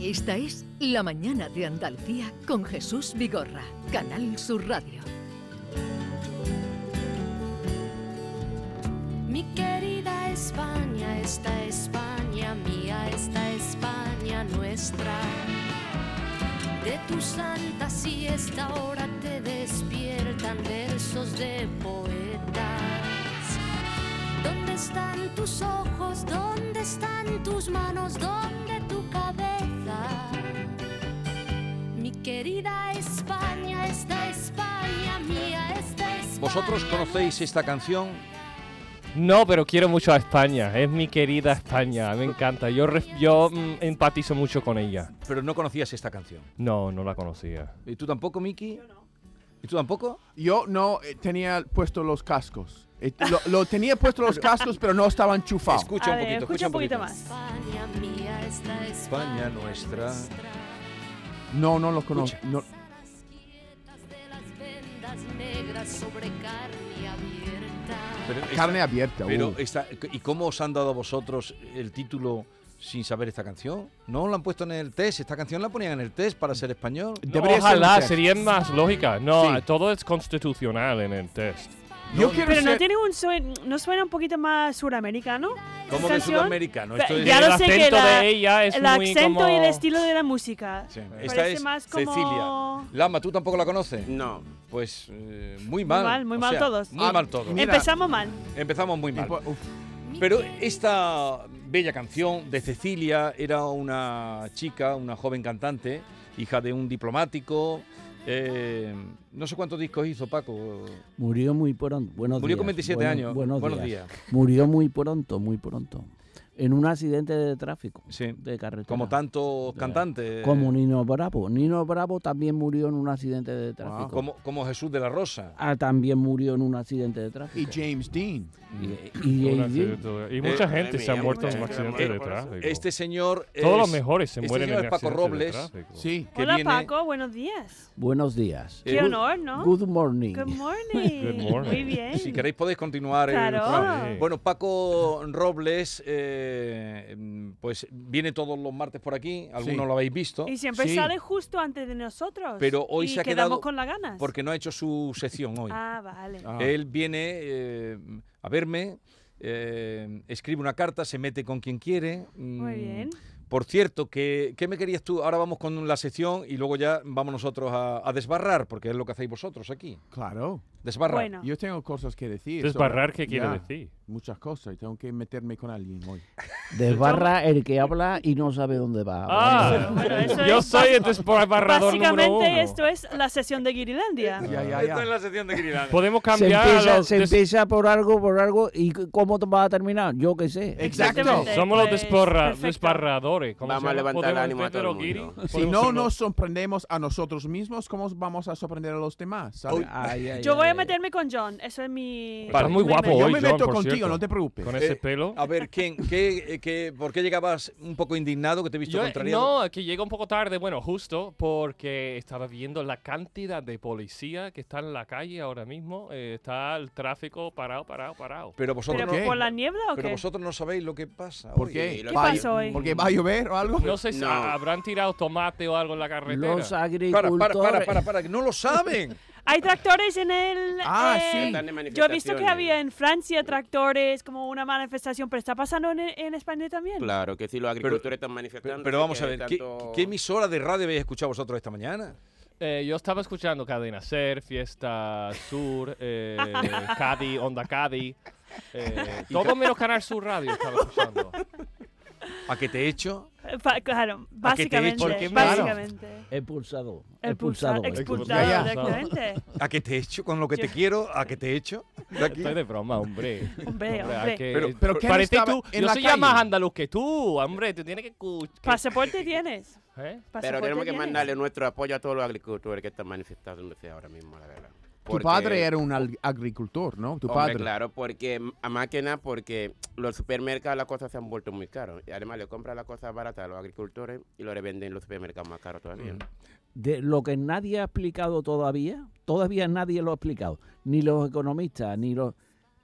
Esta es La Mañana de Andalucía con Jesús Vigorra, Canal Sur Radio. Mi querida España, esta España mía, esta España nuestra. De tu santa siesta ahora te despiertan versos de poetas. ¿Dónde están tus ojos? ¿Dónde están tus manos? ¿Dónde tu cabeza? Mi querida España, esta España mía, esta España. ¿Vosotros conocéis esta canción? No, pero quiero mucho a España. Es mi querida España. Me encanta. Yo, res- yo mm, empatizo mucho con ella. Pero no conocías esta canción. No, no la conocía. ¿Y tú tampoco, Miki? ¿Y tú tampoco? Yo no eh, tenía puesto los cascos. Eh, Lo, lo tenía puesto los cascos, pero no estaban enchufados. Escucha A un ver, poquito, escucha un poquito más. España mía, esta España nuestra. No, no lo conozco. Escucha. No, Las quietas de las vendas negras sobre carne abierta. Pero esta- carne abierta. Pero eh, uh. esta- ¿y cómo os han dado a vosotros el título sin saber esta canción? No la han puesto en el test. Esta canción la ponían en el test para ser español. Debería ser un Ojalá, test. sería más lógica. No, eh, Sí. todo es constitucional en el test. Yo quiero Pero no ser- tiene un suena, no suena un poquito más suramericano. ¿Cómo que Canción, sudamericano? Esto es- Ya el lo sé que acento la- de ella es el muy acento como- y el estilo de la música. Sí, Esta Parece es más como- Cecilia. Lama, ¿tú tampoco la conoces? No. Pues eh, muy mal. mal, muy o mal sea, todos. Muy Ah, mal todos. mira. Empezamos mal. Empezamos muy mal. Tipo, uf, Pero esta bella canción de Cecilia era una chica, una joven cantante, hija de un diplomático. eh, no sé cuántos discos hizo Paco. Murió muy pronto. Buenos Murió días. con 27 Bueno- años. Buenos, Buenos días. días. Murió muy pronto, muy pronto. En un accidente de tráfico, Sí, de carretera. Como eh. tantos Ya. cantantes. Como Nino Bravo. Nino Bravo también murió en un accidente Ah, de tráfico. como, como Jesús de la Rosa. Ah, también murió en un accidente de tráfico. y James Dean. Y, y- Un y- accidente. Y mucha Eh, gente se madre ha mía, muerto en un mucha accidente gente de ha muerto tráfico. Este señor. Todos los es- mejores se este mueren en señor es Paco accidentes de Robles. tráfico. Sí. que Hola viene- Paco, buenos días. Buenos días. Eh, Qué good- honor, ¿no? Good morning. Good morning. Good morning. Muy bien. Si queréis podéis continuar el Claro. programa. Sí. Bueno, Paco Robles, eh, mm, pues viene todos los martes por aquí, algunos Sí. lo habéis visto, Y siempre Sí. sale justo antes de nosotros. Pero hoy y se ha quedamos quedado- con las ganas. porque no ha hecho su sección hoy. Ah, vale. Ah. Él viene eh, a verme, eh, escribe una carta, se mete con quien quiere. Muy mm, bien. Por cierto, ¿qué, qué me querías tú? Ahora vamos con la sección y luego ya vamos nosotros a, a desbarrar, porque es lo que hacéis vosotros aquí. Claro. Desbarrar. Bueno. Yo tengo cosas que decir. sobre- Desbarrar, ¿qué quiere Ya, decir? Muchas cosas y tengo que meterme con alguien hoy. Desbarra el que habla y no sabe dónde va. Ah, Bueno, eso yo es soy el desbarrador número uno. Básicamente esto es la sesión de Guirilandia. Ya, ya, Esto es ya. la sección de Grilandia. Podemos Se cambiar a empieza, los se des- empieza por algo, por algo, y c- cómo va a terminar, yo qué sé. Exacto. Exactamente. Somos los Pues, desporra- perfecto. desbarradores. ¿cómo Vamos se a llama? levantar ¿Podemos el ánimo a hacer todo el Guiri? mundo. ¿Podemos Si no hacer- nos sorprendemos a nosotros mismos, ¿cómo vamos a sorprender a los demás? ¿sabes? Ay, ay, Yo voy a ay. meterme con John. Eso es mi. Estás muy mi- guapo mi- Yo hoy, me John, meto por contigo, cierto. no te preocupes. Con ese Eh, pelo. A ver, ¿quién, qué, eh, qué- ¿por qué llegabas un poco indignado que te he eh, visto Yo- eh, contrariado? no, que llega un poco tarde, bueno, justo porque estaba viendo la cantidad de policía que está en la calle ahora mismo. eh, está el tráfico parado, parado, parado. Pero vosotros ¿Pero ¿Por qué? por la niebla o Pero qué? vosotros no sabéis lo que pasa. ¿Por hoy. qué? ¿Qué Va- pasó hoy? ¿Porque va a llover o algo? No sé si No. habrán tirado tomate o algo en la carretera. Los Para, agricultores. para, para, para, para, que no lo saben. Hay tractores en el. Ah, eh, sí. Están de Yo he visto que manifestaciones. había en Francia tractores, como una manifestación, pero está pasando en, e-, en España también. Claro, que si los agricultores están manifestando. Pero, pero vamos a ver, ¿qué, qué emisora de radio habéis escuchado vosotros esta mañana? Eh, yo estaba escuchando Cadena Ser, Fiesta Sur, eh, Cádiz, Onda Cádiz. eh, todo menos Canal Sur Radio estaba escuchando. ¿A qué te he hecho? Eh, fa- claro, ¿A qué te he básicamente. dicho? ¿Por qué me- básicamente. Expulsado. El expulsado. pulsado, expulsado, Ya, ya. directamente. ¿A qué te he hecho? ¿Con lo que te quiero? ¿A qué te he hecho? De aquí. Estoy de broma, hombre. Hombre, Hombre, hay hombre. que- Pero- pero ¿quién parece estaba tú. en Yo la soy ya más calle? andaluz que tú, hombre. Tú tienes que escuchar. ¿Pasaporte tienes? ¿Eh? Pero ¿Pasaporte tenemos que tienes? mandarle nuestro apoyo a todos los agricultores que están manifestándose ahora mismo, la verdad. Tu Porque- padre era un al- agricultor, ¿no? Tu Hombre, padre. Claro, porque mm, a más que nada porque los supermercados las cosas se han vuelto muy caros. Y además le compran las cosas baratas a los agricultores y lo revenden en los supermercados más caros todavía. De lo que nadie ha explicado todavía, todavía nadie lo ha explicado, ni los economistas, ni los...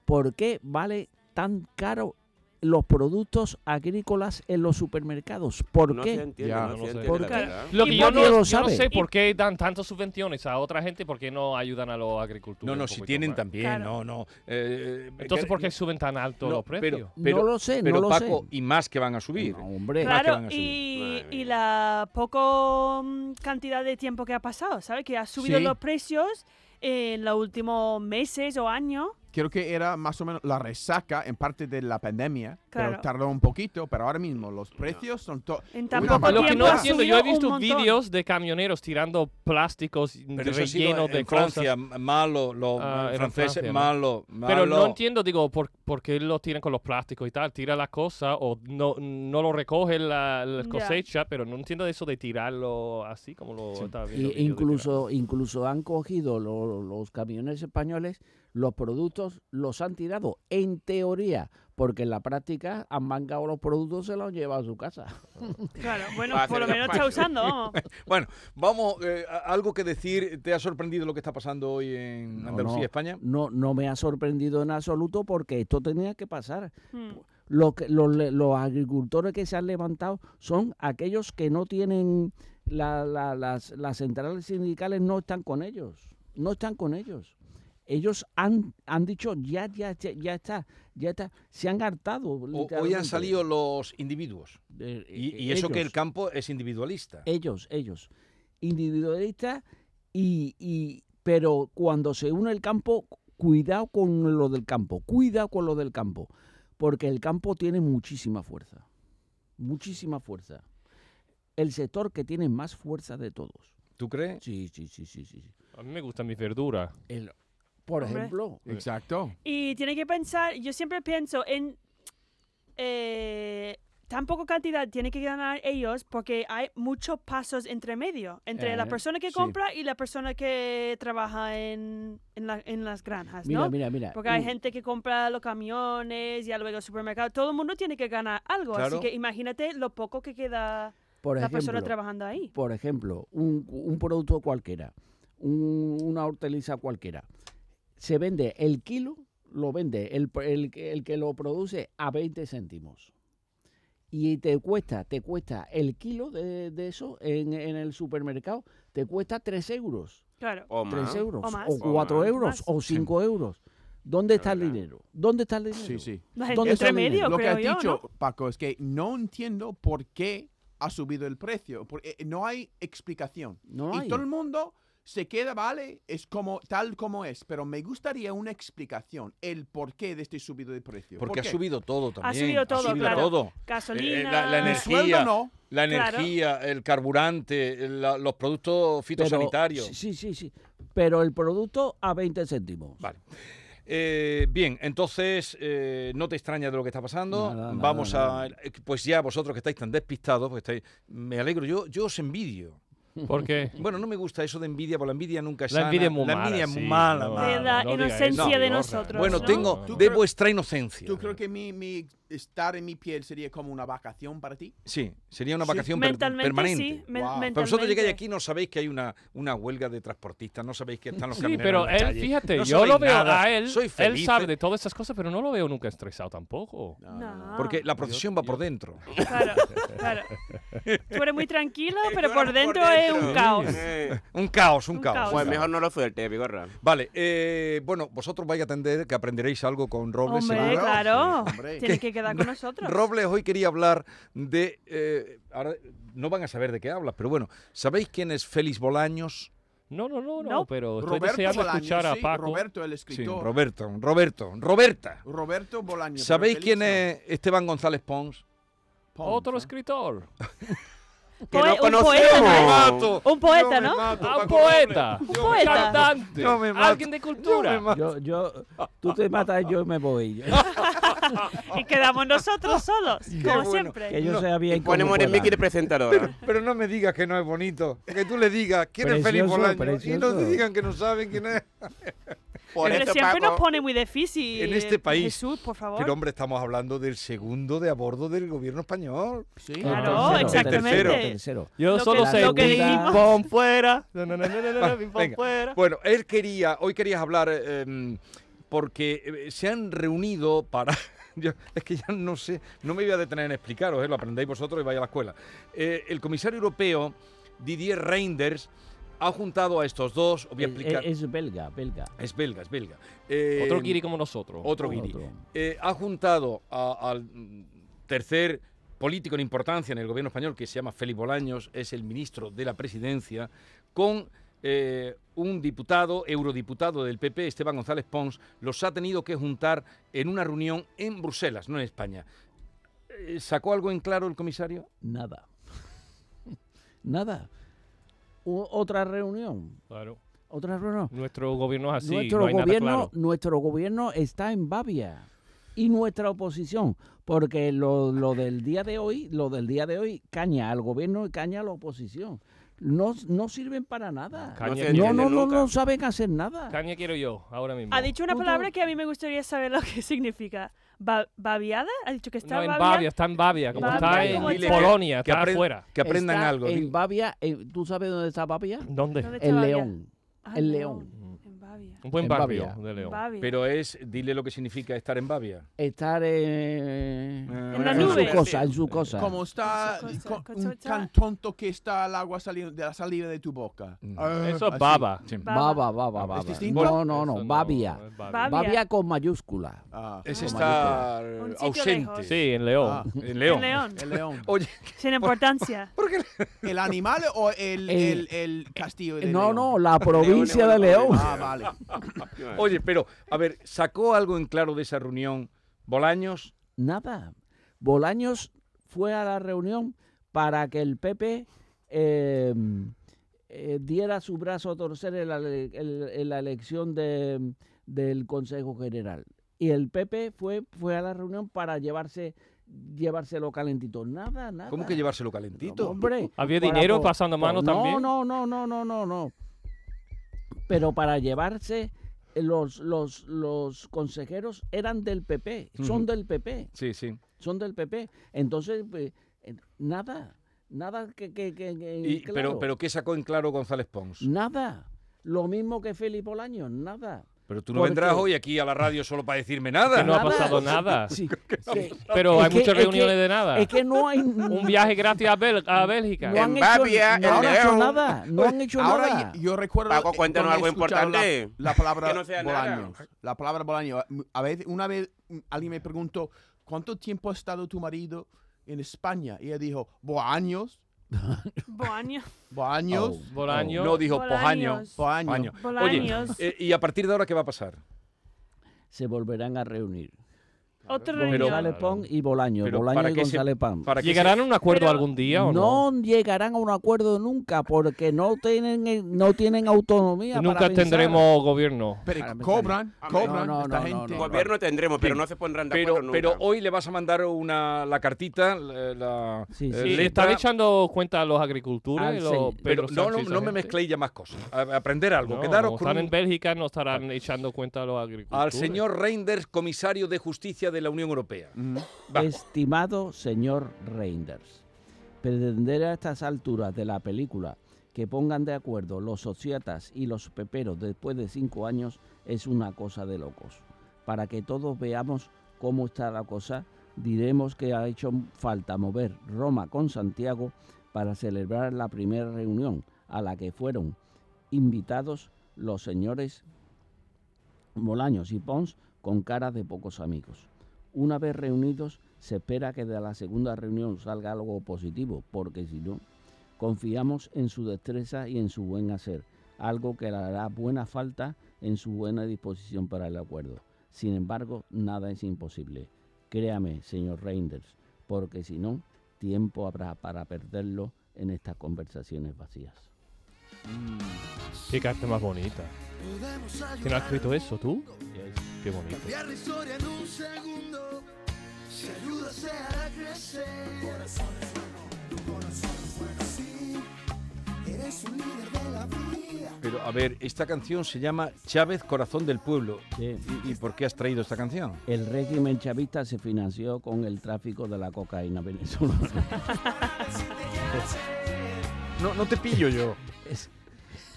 ¿Por qué vale tan caro los productos agrícolas en los supermercados. ¿Por No qué? se entiende, Ya, no, no se sé. entiende ¿Por la qué? verdad. Lo que Y yo nadie no, lo yo no sabe. sé por qué dan tantas subvenciones a otra gente, por qué no ayudan a los agricultores. No, no, un si poquito tienen más? también, Claro. no, no. eh, Entonces, que- ¿por qué suben tan alto No, los precios? no lo sé, pero no lo Paco, sé. y más que van a subir. No, hombre, Claro. Claro, van a subir. y, Madre y mía. la poco mm, cantidad de tiempo que ha pasado, ¿sabes? Que ha subido Sí. los precios en los últimos meses o años. Creo que era más o menos la resaca en parte de la pandemia, Claro. pero tardó un poquito, pero ahora mismo los precios son todo... En Uy, tan mamá. poco Lo que tiempo no ha entiendo, yo he subido un visto montón. vídeos de camioneros tirando plásticos Pero eso ha sido rellenos en de Francia, cosas. malo, los Ah, eh, era franceses, Francia, ¿no? malo, malo. Pero no entiendo, digo, por, por qué lo tiran con los plásticos y tal. Tira las cosas o no, no lo recoge la, la Ya. cosecha, pero no entiendo eso de tirarlo así como lo estaba viendo. el Y- vídeo de tirar. incluso, incluso han cogido lo- los camiones españoles, los productos los han tirado, en teoría, porque en la práctica han mangado los productos y se los han llevado a su casa. Claro, bueno, Va a por lo hacer menos está gazpacho. usando, vamos. Bueno, vamos, eh, a- algo que decir, ¿te ha sorprendido lo que está pasando hoy en No, Andalucía, no. España? No, no me ha sorprendido en absoluto porque esto tenía que pasar. Mm. Lo que- los, le- los agricultores que se han levantado son aquellos que no tienen la- la- las, las centrales sindicales no están con ellos, no están con ellos. Ellos han, han dicho ya, ya, ya, ya está, ya está, se han hartado. O- hoy han literalmente. salido los individuos. Eh, Y, eh, y eso que el ellos. E, campo es individualista. Ellos, ellos. Individualistas y, y- Pero cuando se une el campo, cuidado con lo del campo. Cuidado con lo del campo. Porque el campo tiene muchísima fuerza. Muchísima fuerza. El sector que tiene más fuerza de todos. ¿Tú crees? Sí, sí, sí, sí. sí. sí. A mí me gustan mis verduras. El- por Hombre. ejemplo, Exacto. Y tiene que pensar, yo siempre pienso en eh, tan poca cantidad tiene que ganar ellos porque hay muchos pasos entre medio, entre la Eh, persona que sí. compra y la persona que trabaja en, en, la- en las granjas, mira, ¿no? mira, uh, mira. Porque hay y- gente que compra los camiones y luego el supermercado. Todo el mundo tiene que ganar algo. Claro. Así que imagínate lo poco que queda por la persona ejemplo, trabajando ahí. por ejemplo, un, un producto cualquiera, un- una hortaliza cualquiera, se vende el kilo, lo vende el, pr- el que- el que lo produce a 20 céntimos. Y te cuesta, te cuesta el kilo de, de eso en, en el supermercado, te cuesta 3 euros, Claro. O 3 más. euros, más. o O 4 más. euros, Más. o 5 euros. ¿Dónde está el verdad. dinero? ¿Dónde está el dinero? Sí, sí. La gente ¿dónde está entre el medio, dinero? Lo que creo has yo, ¿no? dicho, Paco, es que no entiendo por qué ha subido el precio. Porque eh, no hay explicación. No y hay. todo el mundo se queda, vale, es como tal como es, pero me gustaría una explicación, el porqué de este subido de precio. Porque ¿Por ha qué? subido todo también. subido todo, claro. todo. Gasolina. Eh, eh, la- la Mi energía. sueldo no. La Claro. energía, el carburante, el- la- los productos Pero- fitosanitarios. Sí, sí, sí. Pero el producto a 20 céntimos. Vale. Eh, bien, entonces eh, no te extraña de lo que está pasando. Nada, nada, Vamos nada. a. eh, Pues ya vosotros que estáis tan despistados, porque estáis, me alegro, yo, yo os envidio. ¿Por qué? Bueno, no me gusta eso de envidia, porque la envidia nunca es La envidia es sana, muy la mala. envidia es sí, muy mala, no, mala. De la no diga eso, inocencia no. de nosotros, Bueno, ¿no? tengo ¿Tú de crees- vuestra inocencia. ¿Tú crees que mi, mi estar en mi piel sería como una vacación para ti? Sí, sería una Sí. vacación per- Mentalmente permanente. sí. men- Wow. mentalmente. Pero vosotros llegáis aquí y no sabéis que hay una, una huelga de transportistas, no sabéis que están los Sí, camioneros en pero la él, calle, fíjate, no yo sabéis lo veo nada, a él. soy él feliz, sabe de todas esas cosas, pero no lo veo nunca estresado tampoco. Ah. No. Porque la procesión va por dentro. Claro, claro. Tú eres muy tranquilo, pero Yo por por dentro, es un dentro. caos. Eh, Un caos, un, Un caos. caos. un Pues caos. mejor no lo suelte, Vigorra. Vale, eh, bueno, vosotros vais a atender que aprenderéis algo con Robles. Hombre, seguro. claro. Sí, hombre. Tienes que quedar con nosotros. Robles hoy quería hablar de... eh, ahora no van a saber de qué hablas, pero bueno, ¿sabéis quién es Félix Bolaños? No, no, no, no, No. pero estoy Roberto deseando Bolaño, escuchar a sí, Paco. Roberto el Sí, escritor. Roberto, Roberto, Roberta. Roberto Bolaño. pero ¿Sabéis Félix quién no. es Esteban González Pons? Pons, Otro ¿eh? ¿no? escritor. Que Poe- no Pues un poeta, conocemos. mato. Un poeta, Yo me ¿no? mato, Ah, un Paco poeta. Robles. Un Yo me poeta. mato. cantante. Yo me mato. Alguien de cultura. Yo me mato. Yo, yo, tú te matas, yo me voy. Y quedamos nosotros solos, como bueno. Que siempre. yo No, sea bien Y ponemos como en Mickey pueda. de presentadora. Pero no me digas que no es bonito. Que tú le digas quién es Félix Precioso, Bolaños y no te precioso. digan que no saben quién es. Por pero eso, siempre Paco, nos pone muy difícil. este eh, En este país. Jesús, por favor. Pero hombre, estamos hablando del segundo de a bordo del gobierno español. Sí. Eh, Claro, Ah, el tercero, exactamente. el tercero. Yo Lo que- solo sé lo que dijimos. ping-pong fuera. No, no, no, no, no, no, Va, ping-pong venga. fuera. Bueno, él quería, hoy querías hablar eh, em, porque eh, se han reunido para yo- es que ya no sé, no me voy a detener en explicaros, eh, lo aprendéis vosotros y vais a la escuela. Eh, el comisario europeo, Didier Reinders, ha juntado a estos dos, os voy a Es, explicar. Es, es- Eh, es belga, belga. belga, es belga. Eh, Otro guiri como nosotros. Otro guiri. Otro. Eh, ha juntado a- al mm, tercer político en importancia en el gobierno español, que se llama Félix Bolaños, es el ministro de la presidencia, con eh, un diputado, eurodiputado del PP, Esteban González Pons, los ha tenido que juntar en una reunión en Bruselas, no en España. Eh, ¿Sacó algo en claro el comisario? Nada. Nada. U- otra reunión. Claro. Otra reunión. Nuestro gobierno es así. nuestro, Ah, no hay nada gobierno, claro. nuestro gobierno está en Babia y nuestra oposición, porque lo, lo del día de hoy, lo del día de hoy, caña al gobierno y caña a la oposición. No, no sirven para nada. Caña, se quiero- No, entiende no, no, nunca. no saben hacer nada. caña quiero yo, ahora mismo. Ha dicho una No, no. palabra que a mí me gustaría saber lo que significa. Ba- ¿Babiada? ¿Ha dicho que está no, en babiada? Bavia, está en Bavia, como Babia, está en como Dile está. Polonia, que está apren- afuera. Que aprendan Está algo. En Dile- Babia, en- ¿tú sabes dónde está Babia? ¿Dónde ¿Dónde? está En Babia? León. Ah, en no, León. En Babia. Un buen En barrio Babia. de León. Babia. Pero es, dile lo que significa estar en Babia. Estar eh, En la en nube. su cosa, en su cosa. Como está Cosa, co- cosa, un cosa. tan tonto que está el agua saliendo de la salida de tu boca. Mm. Ah, Eso es así. baba. Sí. Baba, baba, ¿Es baba. distinto? No, no, Eso no, Babia. es Babia. Babia con mayúscula. Ah, Es Ah. estar Un sitio ausente. lejos. Sí, en León. ah, En En León. León. el león. Oye, Sin importancia. ¿El animal o el, El- el, el castillo? de No, León? no, la provincia de León. Ah, vale. Oye, pero, a ver, ¿sacó algo en claro de esa reunión Bolaños? Nada. Bolaños fue a la reunión para que el PP eh, eh, diera su brazo a torcer en la, ele- el- en la elección de- del Consejo General. Y el PP fue, fue a la reunión para llevarse llevárselo calentito. Nada, nada. ¿Cómo que llevárselo calentito? Hombre, Había para dinero po- pasando po- mano no, también. No, no, no, no, no, no. Pero para llevarse, eh, los, los, los consejeros eran del PP, son Ujú. del PP Sí, sí. son del PP. Entonces, pues, eh, nada, nada que... que, que- que- Y- claro, pero, pero ¿qué sacó en claro González Pons? Mm. Nada. Lo mismo que Felipe Bolaños, nada. Pero tú no ¿por vendrás qué? hoy aquí a la radio solo para decirme nada. Que no ha pasado nada. Sí, sí. Pero Es hay que- muchas es que- reuniones de nada. Es que no hay... Un viaje gratis a, Bel- a Bélgica. No han, En hecho, Babia, no en han hecho León. nada, no han hecho Ahora nada. yo yo recuerdo. Paco, eh, cuéntanos cuando he algo escuchado importante. La, la palabra Que no sea nada. Bolaños. La palabra Bolaños. A veces, una vez mm, alguien me preguntó, ¿cuánto tiempo ha estado tu marido en España? Y ella dijo, Bolaños, Boaño. Bolaños, Oh. Bolaño. No dijo Pojaño. Bolaños. Bolaños. Bolaños. Oye, eh, ¿y a partir de ahora qué va a pasar? Se volverán a reunir. eh, Otra reunión. González Pons y Bolaños, Pero Bolaños y que se- González Pons. para que se- ¿Llegarán a un acuerdo Pero- algún día o no? No llegarán a un acuerdo nunca porque no tienen eh, no tienen autonomía. para Nunca pensar. tendremos gobierno. Pero Ahora cobran, me sale. cobran No, no, esta no, no, gente. Eh, no, Gobierno tendremos, pero no se pondrán de acuerdo pero, nunca. pero hoy le vas a mandar una, la cartita, la, la, Sí, eh, sí. Sí, letra, están echando cuenta a los agricultores, Al los seis. Pedro pero no, no, Sánchez, no esa me gente. mezcléis ya más cosas. A- aprender algo. No, Quedaros como con están un- en Bélgica, no estarán echando cuenta a los agricultores. al señor Reinders, comisario de justicia de la Unión Europea. Mm. Va. Estimado señor Reinders, pretender a estas alturas de la película que pongan de acuerdo los sociatas y los peperos después de cinco años es una cosa de locos. Para que todos veamos cómo está la cosa, diremos que ha hecho falta mover Roma con Santiago para celebrar la primera reunión a la que fueron invitados los señores Molaños y Pons con cara de pocos amigos. Una vez reunidos, se espera que de la segunda reunión salga algo positivo, porque si no, confiamos en su destreza y en su buen hacer, algo que le hará buena falta en su buena disposición para el acuerdo. Sin embargo, nada es imposible. Créame, señor Reinders, porque si no, tiempo habrá para perderlo en estas conversaciones vacías. Qué carta más bonita. ¿Quién ha escrito eso, tú? Qué bonito. Pero a ver, esta canción se llama Chávez Corazón del Pueblo. ¿Y, y por qué has traído esta canción? El régimen chavista se financió con el tráfico de la cocaína venezolana. No, no te pillo yo. Es-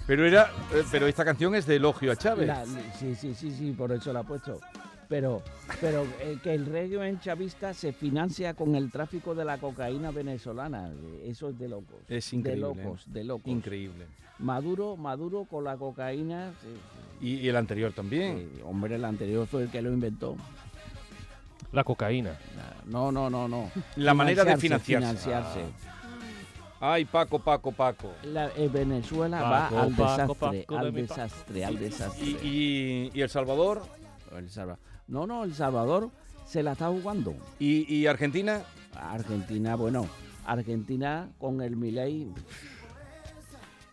Pero era, eh, pero esta canción es de elogio a Chávez. La- sí, sí, sí, sí, por eso la he puesto. pero, pero eh, que el régimen chavista se financia con el tráfico de la cocaína venezolana, eh, eso es de locos. Es increíble, ¿eh? De locos, de locos. Increíble. Maduro, Maduro con la cocaína, sí, Y, y el anterior también. sí, hombre, el anterior fue el que lo inventó. La cocaína. No, no, no, no. La manera de financiarse. Ah. financiarse. Ay, Paco, Paco, Paco. La- eh, Venezuela Paco, va al Paco, desastre, Paco de al mi Paco. desastre, al desastre. Y, y- y El Salvador El Salva- No, no, El Salvador se la está jugando. y, y Argentina. Argentina, bueno, Argentina con el Milei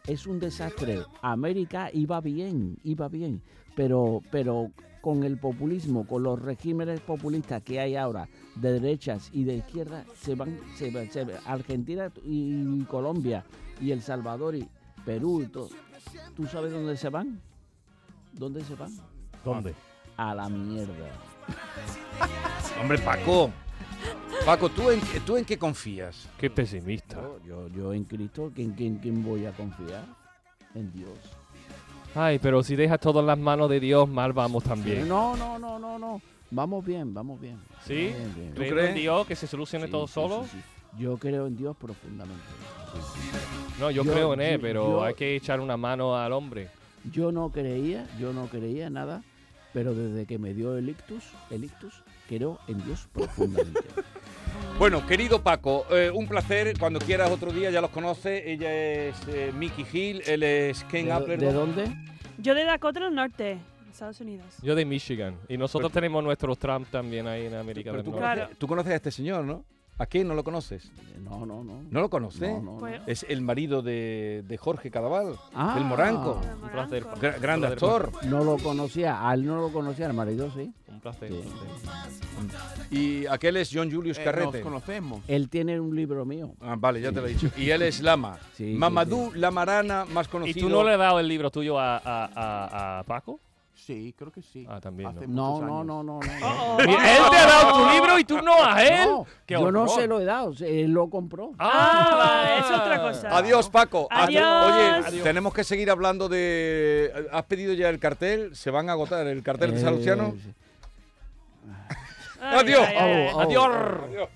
es un desastre. América iba bien, iba bien, pero, pero con el populismo, con los regímenes populistas que hay ahora, de derechas y de izquierda, se van, se, va- se va- Argentina y Colombia y El Salvador y Perú y todo. ¿Tú sabes dónde se van? ¿Dónde se van? ¿Dónde? A la mierda. Hombre, Paco. Paco, ¿tú en, ¿tú en qué confías? Qué pesimista. Yo, yo, yo en Cristo, ¿quién, quién, ¿quién voy a confiar? En Dios. Ay, pero si dejas todo en las manos de Dios, mal vamos también. No, no, no, no, no. Vamos bien, vamos bien. ¿Sí? Vamos bien. ¿Creyendo crees? en Dios que se solucione Sí, todo sí, solo? sí, sí. Yo creo en Dios profundamente. No, yo, Yo- creo en él, yo- pero yo- hay que echar una mano al hombre. Yo no creía, yo no creía nada, pero desde que me dio el ictus, el ictus, creo en Dios profundamente. Bueno, querido Paco, eh, un placer. Cuando quieras otro día ya los conoces. Ella es eh, Mickey Hill, él es ¿De, Ken do- Appler. de dónde? Yo de Dakota del Norte, Estados Unidos. Yo de Michigan. Y nosotros tenemos nuestros Trump también ahí en América Pero tú, del Norte. Claro. conoces, tú conoces a este señor, ¿no? ¿A quién no lo conoces? No, no, no. ¿No lo conoces? No, no, no. Pues- Es el marido de, de Jorge Cadaval, Ah, del Moranco. pues. Del Un placer, Moranco. Gra- gran Brother. actor. No lo conocía, al no lo conocía, al marido sí. Un placer. Sí. un placer. Y aquel es John Julius Eh, nos Carrete. conocemos. Él tiene un libro mío. Ah, vale, ya te lo he dicho. Y él es Lama. Sí, sí, Mamadou Lamarana, más ¿Y conocido. tú no le has dado el libro tuyo a, a- a- a Paco? Sí, creo que sí. Ah, también. ¿no? Hace No, muchos no, años. no, no, no. Oh, oh. Él te ha dado tu libro y tú no a él. No, ¡Qué yo no horror! se lo he dado, se- él lo compró. Ah, va, va, es otra cosa. Adiós, Paco. Hasta- Adiós. Oye, Adiós. tenemos que seguir hablando de. ¿Has pedido ya el cartel? ¿Se van a agotar el cartel de San Eh, Luciano? sí. Ay, Adiós. ay, ay, ay. Oh, oh. Adiós.